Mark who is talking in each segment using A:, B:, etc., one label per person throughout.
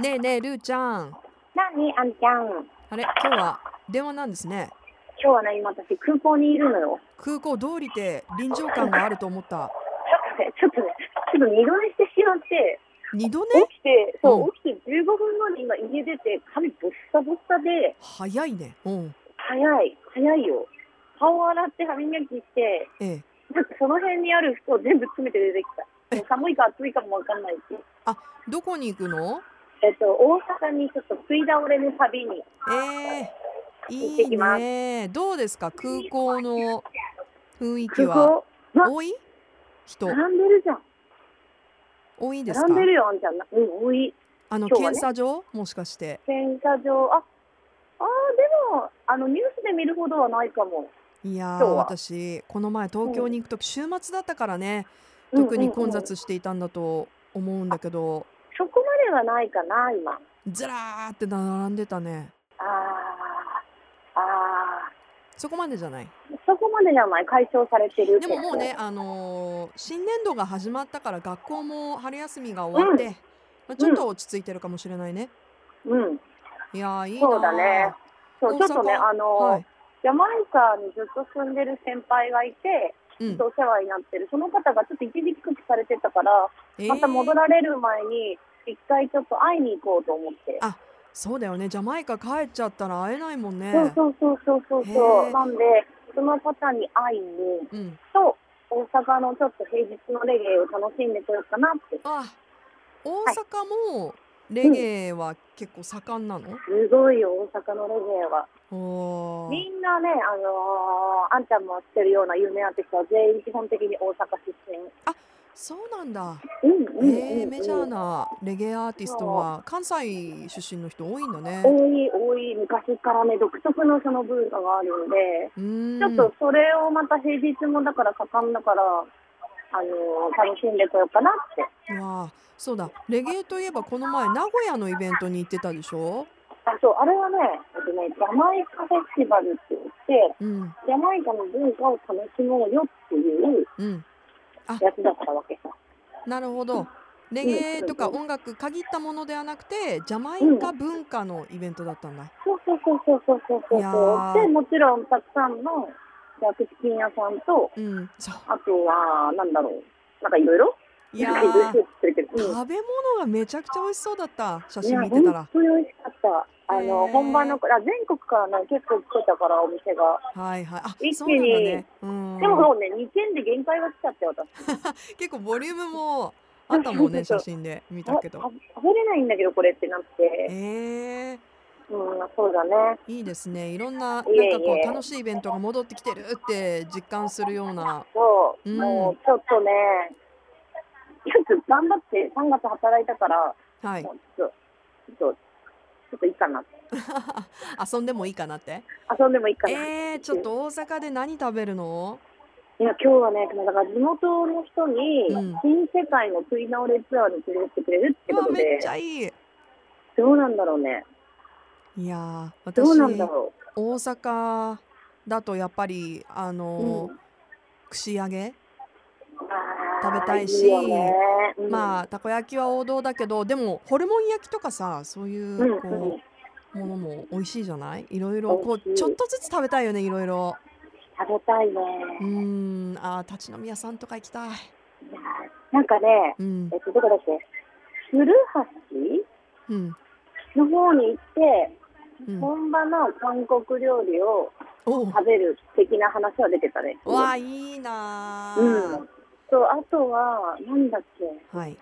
A: ねえねえ、ルーちゃん。
B: なに、あんちゃん。
A: あれ、今日は電話なんですね。
B: 今日はね、今私空港にいるのよ。
A: 空港通りで臨場感があると思った。
B: ちょっとね、ちょっとね、ちょっと二度寝してしまって、
A: 二度
B: 起
A: 寝
B: きて、そうう、起きて15分後に今家出て、髪ぼっさぼっさで、
A: 早いね。うん。
B: 早い、早いよ。顔洗って歯磨きして、
A: ええ。
B: なんかその辺にある服を全部詰めて出てきた。
A: え
B: もう寒いか暑いかもわかんないし。
A: どこに行くの
B: えっと、大阪にちょっと食い倒れの旅に。
A: ええ
B: 行っ
A: い
B: て
A: い
B: きます
A: ね。どうですか空港の雰囲気
B: 空
A: は。
B: 港、港
A: 多い人
B: 並んでるじゃん。
A: 多いですか
B: 並んでるよ、あんちゃん。うん、多い。
A: あの、
B: 今日はね
A: 検査場もしかして。
B: 検査場、あ、あーでも、あの、ニュースで見るほどはないかも。
A: いや
B: 今日
A: ー、
B: は
A: 私、この前東京に行くとき、週末だったからね、
B: うんうんうん
A: 特に混雑していたんだと思うんだけど、
B: そこまではないかな、今。あ
A: ずらーって並んでたね。
B: あ、あ
A: そこまでじゃない。
B: あ、そこまでじゃない、解消されてる
A: でももうね、。あのー新年度が始まったから学校も春休みが終わって、
B: う
A: まあ、ちょっと落ち着いてるかもしれないね。
B: うん、
A: いやーいいなー
B: そうだね。そう、ち
A: 大
B: ょっ
A: 阪
B: とね、あの、
A: はい。
B: ジャマイカにずっと住んでる先輩がいて、
A: う
B: ちょっ
A: ん
B: と。お世話になってる、その方がちょっと一時帰国されてたから、
A: えー
B: また戻られる前に、一回ちょっと会いに行こうと思って。
A: あそうだよね。ジャマイカ帰っちゃったら会えないもんね。
B: そうそうそうそうそうそ
A: へー
B: う。なんで、その方に会いに、
A: うん。
B: と大阪のちょっと平日のレゲエを楽しんでこようかなって。
A: あ、大阪もレゲエは結構盛んなの？
B: すごいよ、大阪のレゲエは。
A: おー
B: みんなね、あのーあんちゃんも知ってるような有名アーティストは全員基本的に大阪出身。
A: そうなんだ。
B: うん
A: えー、
B: うんうん、うん
A: メジャーなレゲエアーティストは関西出身の人多いんだね。
B: 多い多い、昔からね、独特のその文化があるんで、
A: うーん。
B: ちょっとそれをまた平日もだから盛んだから、あのー楽しんでこようかなって。
A: わあそうだレゲエといえばこの前名古屋のイベントに行ってたでしょ
B: あ、そう、あれはね、えっとね、ジャマイカフェスティバルって言って、
A: うん
B: ジャマイカの文化を楽しもうよっていう、
A: うん
B: やつだったわけさ。
A: なるほどレゲエとか音楽限ったものではなくてジャマイカ文化のイベントだったんだ
B: そうそうそうそうそうそうそう
A: いやー
B: で、もちろんたくさんの薬品屋さんと、
A: うんそう
B: あとは、なんだろう、なんかいろいろ
A: いや
B: なんかいろい
A: ー
B: ろ作れてる。 うん
A: 食べ物がめちゃくちゃ美味しそうだった写
B: いや
A: 真見て
B: 本
A: たら
B: 当に美味しかった。あ
A: へ
B: の、
A: ー
B: 本場の、あ全国からね、結構来てたから、お店が。
A: はいはいあ
B: 一
A: そ
B: 気
A: うなんだ
B: に
A: ねうん
B: でもそうね、2軒で限界が来ちゃって、私。
A: 結構ボリュームもあったもんね
B: そ
A: 写
B: う
A: 真で見
B: あ
A: たけ ど
B: 食べれないんだけど、これってなっ
A: えー、
B: て。うん、そうだね。
A: いいですねいろんななんか
B: いえいえ
A: こう楽しいイベントが戻ってきてるって実感するような
B: そう、
A: うん
B: もう、ちょっとね、ちょっと頑張って3月働いたから、
A: はい
B: もうちょっと、ちょっと、ちょっといいかな。
A: 遊んでもいいかなって。
B: 遊んでもいいかな。
A: えー、ちょっと大阪で何食べるの？
B: いや、今日はね、だから地元の人に
A: うん、
B: 新世界の食い直れツアーに連れてってくれるって
A: う
B: こ
A: わ
B: と
A: めっ
B: で
A: ち、ゃいい。
B: どうなんだろうね。
A: いやー、私
B: どうなんだろ
A: 大阪だとやっぱりあ
B: う。
A: の、
B: うん
A: 串揚げ、
B: あー
A: 食べたいし
B: いよねうん、
A: ま
B: あ、
A: あたこ焼きは王道だけど、でもホルモン焼きとかさ、そうい
B: うん、う、
A: うんこう、ものも美味しいじゃない？いろいろこ
B: 美
A: う
B: 味しい
A: ちょっとずつ食べたいよね、いろいろ。
B: 食べたいね。
A: うーん、あー立ち飲み屋さんとか行きたい。
B: いやーなんかね、
A: うん
B: え、っと、どこだっけ、古
A: うん、
B: 橋の方に行って、
A: うん。
B: 本場の韓国料理を
A: おう、
B: 食べる的な話は出てたね。
A: わあいいな
B: う
A: ー
B: ん。。そう、あとは、なんだっけ、
A: はい。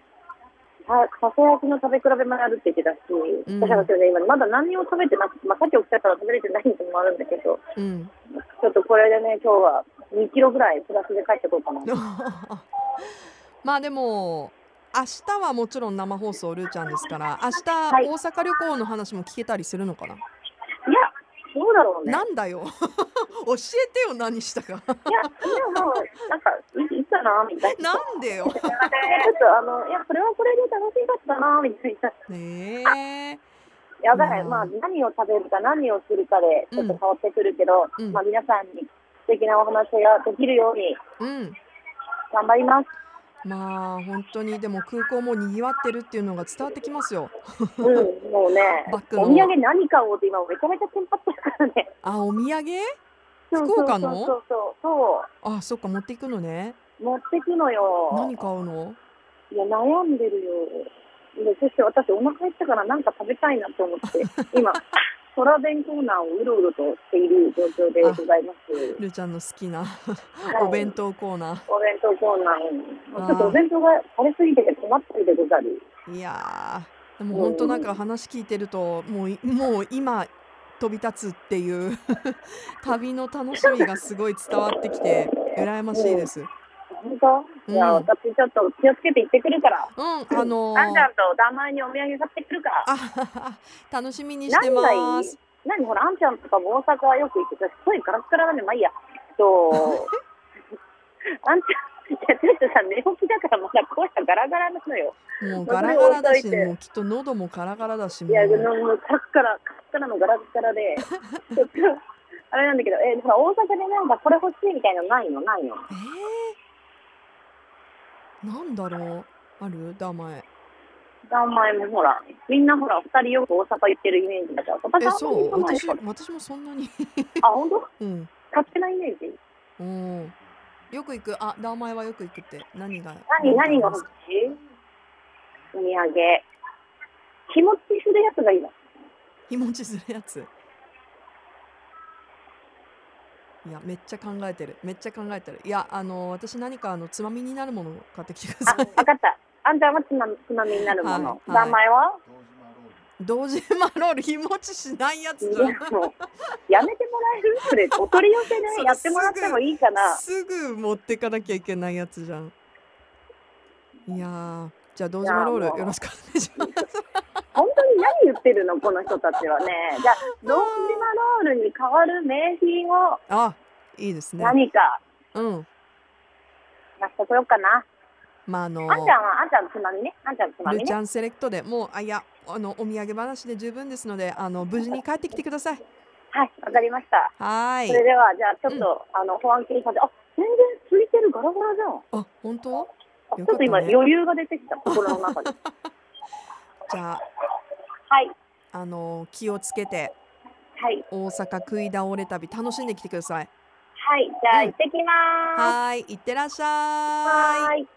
B: さささやきの食べ比べもやるって言ってたし、
A: ん
B: だからそれね、今まだ何を食べてなくて、まあ、さっき起きたから食べれてないのもあるんだけど、
A: うん。
B: ちょっとこれでね、今日は2キロぐらいプラスで帰ってこうかな。
A: まあでも明日はもちろん生放送ルーちゃんですから明日
B: い
A: 大阪旅行の話も聞けたりするのかな、
B: いや、どうだろうね。いや、
A: なんだよ 教えてよ何したか
B: でも、なんか、いいいかな、みたいな。
A: なんでよ
B: いやちょっとあの、いや、これはこれで楽しかったな、みたいな。
A: ねえ
B: やばい、
A: うん
B: まあ、何を食べるか、何をするかで、ちょっと変わってくるけど、
A: うん
B: まあ、皆さんに素敵なお話ができるように
A: うん
B: 頑張ります。
A: まあ本当にでも空港も賑わってるっていうのが伝わってきますよ。
B: うん、もうね
A: バッ、グの
B: お土産何買おうって今めちゃめちゃテンパってるからね。
A: あお土産
B: そう
A: 福岡の
B: そうそうそうそ
A: あそっか持っていくのね。
B: う。持ってくのよ。
A: 何買うの
B: いや、悩んでるよ。で、そして私お腹減ったから何か食べたいなと 思って、今、空弁コーナーをうろうろとしている状況でございます。
A: るーちゃんの好きな
B: はい
A: お弁当コーナ
B: お弁当コーナー
A: あー
B: に。ちょっとお弁当が垂れすぎてて困ってるでござる。
A: ー。いやーでも本当なんか話聞いてるともういもう今飛び立つっていう 旅の楽しみがすごい伝わってきて羨ましいです。うん
B: 本当、いや、
A: うん
B: 私ちょっと気をつけて行ってくるから。
A: あのー
B: あんちゃんと旦那にお土産買ってくるから。
A: あ楽しみにしてま
B: 何がい
A: す
B: い。何ほら、あんちゃんとかも大阪はよく行ってたし、声ガラッガラなんで、まあいいや。 そう。あんちゃん、いや、ちょっとさ、寝起きだからまだ声がガラガラなのよ。
A: もう
B: ま
A: ガ
B: あそ
A: ラ
B: れ
A: ガラだし、
B: 置いといて
A: もうきっと喉もガラガラだし、も
B: いや、
A: う
B: もう、カッから、カッからのガラッガ ラで、ちょっと、あれなんだけど、え、ほら、大阪でなんかこれ欲しいみたいなのないのないの
A: えー、なんだろうある名前
B: 名前もほら、みんなほら、二人よく大阪行ってるイメージだから、私
A: え
B: は
A: そ
B: ん
A: う
B: まり
A: 私
B: 行かないか
A: 私もそんなに
B: ら。あ、本当
A: うん
B: 勝手なイメージ
A: うんよく行くあ名前はよく行くって何が
B: 何、何が欲しいお土産。気持ちするやつがいいの。
A: 日持ちするやついやめっちゃ考えてるめっちゃ考えてるいやあの私何かあのつまみになるものを買ってきてくだ
B: あ、
A: さい
B: 分かった。あんちゃんはつまつまみになるもの。
A: はいはい
B: 名前は
A: 同時マロール日持ちしないや
B: い
A: つじゃん
B: やもうやめてもらえる それお取り寄せで
A: それ
B: やってもらってもいいかな
A: すぐ持ってかなきゃいけないやつじゃん。いやー、じゃあ堂島ロール
B: いやもう
A: よろしくお願いします。
B: 本当に何言ってるのこの人たちはねじゃあ堂島ロールに代わる名品を
A: あ、いいですね。
B: 何か
A: うん。
B: 出してこようかな、
A: まああの
B: あんちゃんはあんちゃんつまみねあんちゃんつま
A: ル
B: み
A: ーち
B: ね
A: ゃんセレクトでもうあいやあのお土産話で十分ですのであの無事に帰ってきてください。
B: はいわかりました
A: はー
B: それ
A: い。
B: ではじゃあちょっと、あの保安検査であ全然空いてるガラガラじゃん
A: あ、本当？
B: あち
A: よかっ
B: ょったと
A: ね
B: 今余裕が出てきた心の中で
A: じゃあ
B: はい
A: あの気をつけて
B: はい
A: 大阪食い倒れ旅楽しんできてください。
B: はいじゃあ行ってきまーす、
A: はーい、いってらっしゃーい。
B: はーい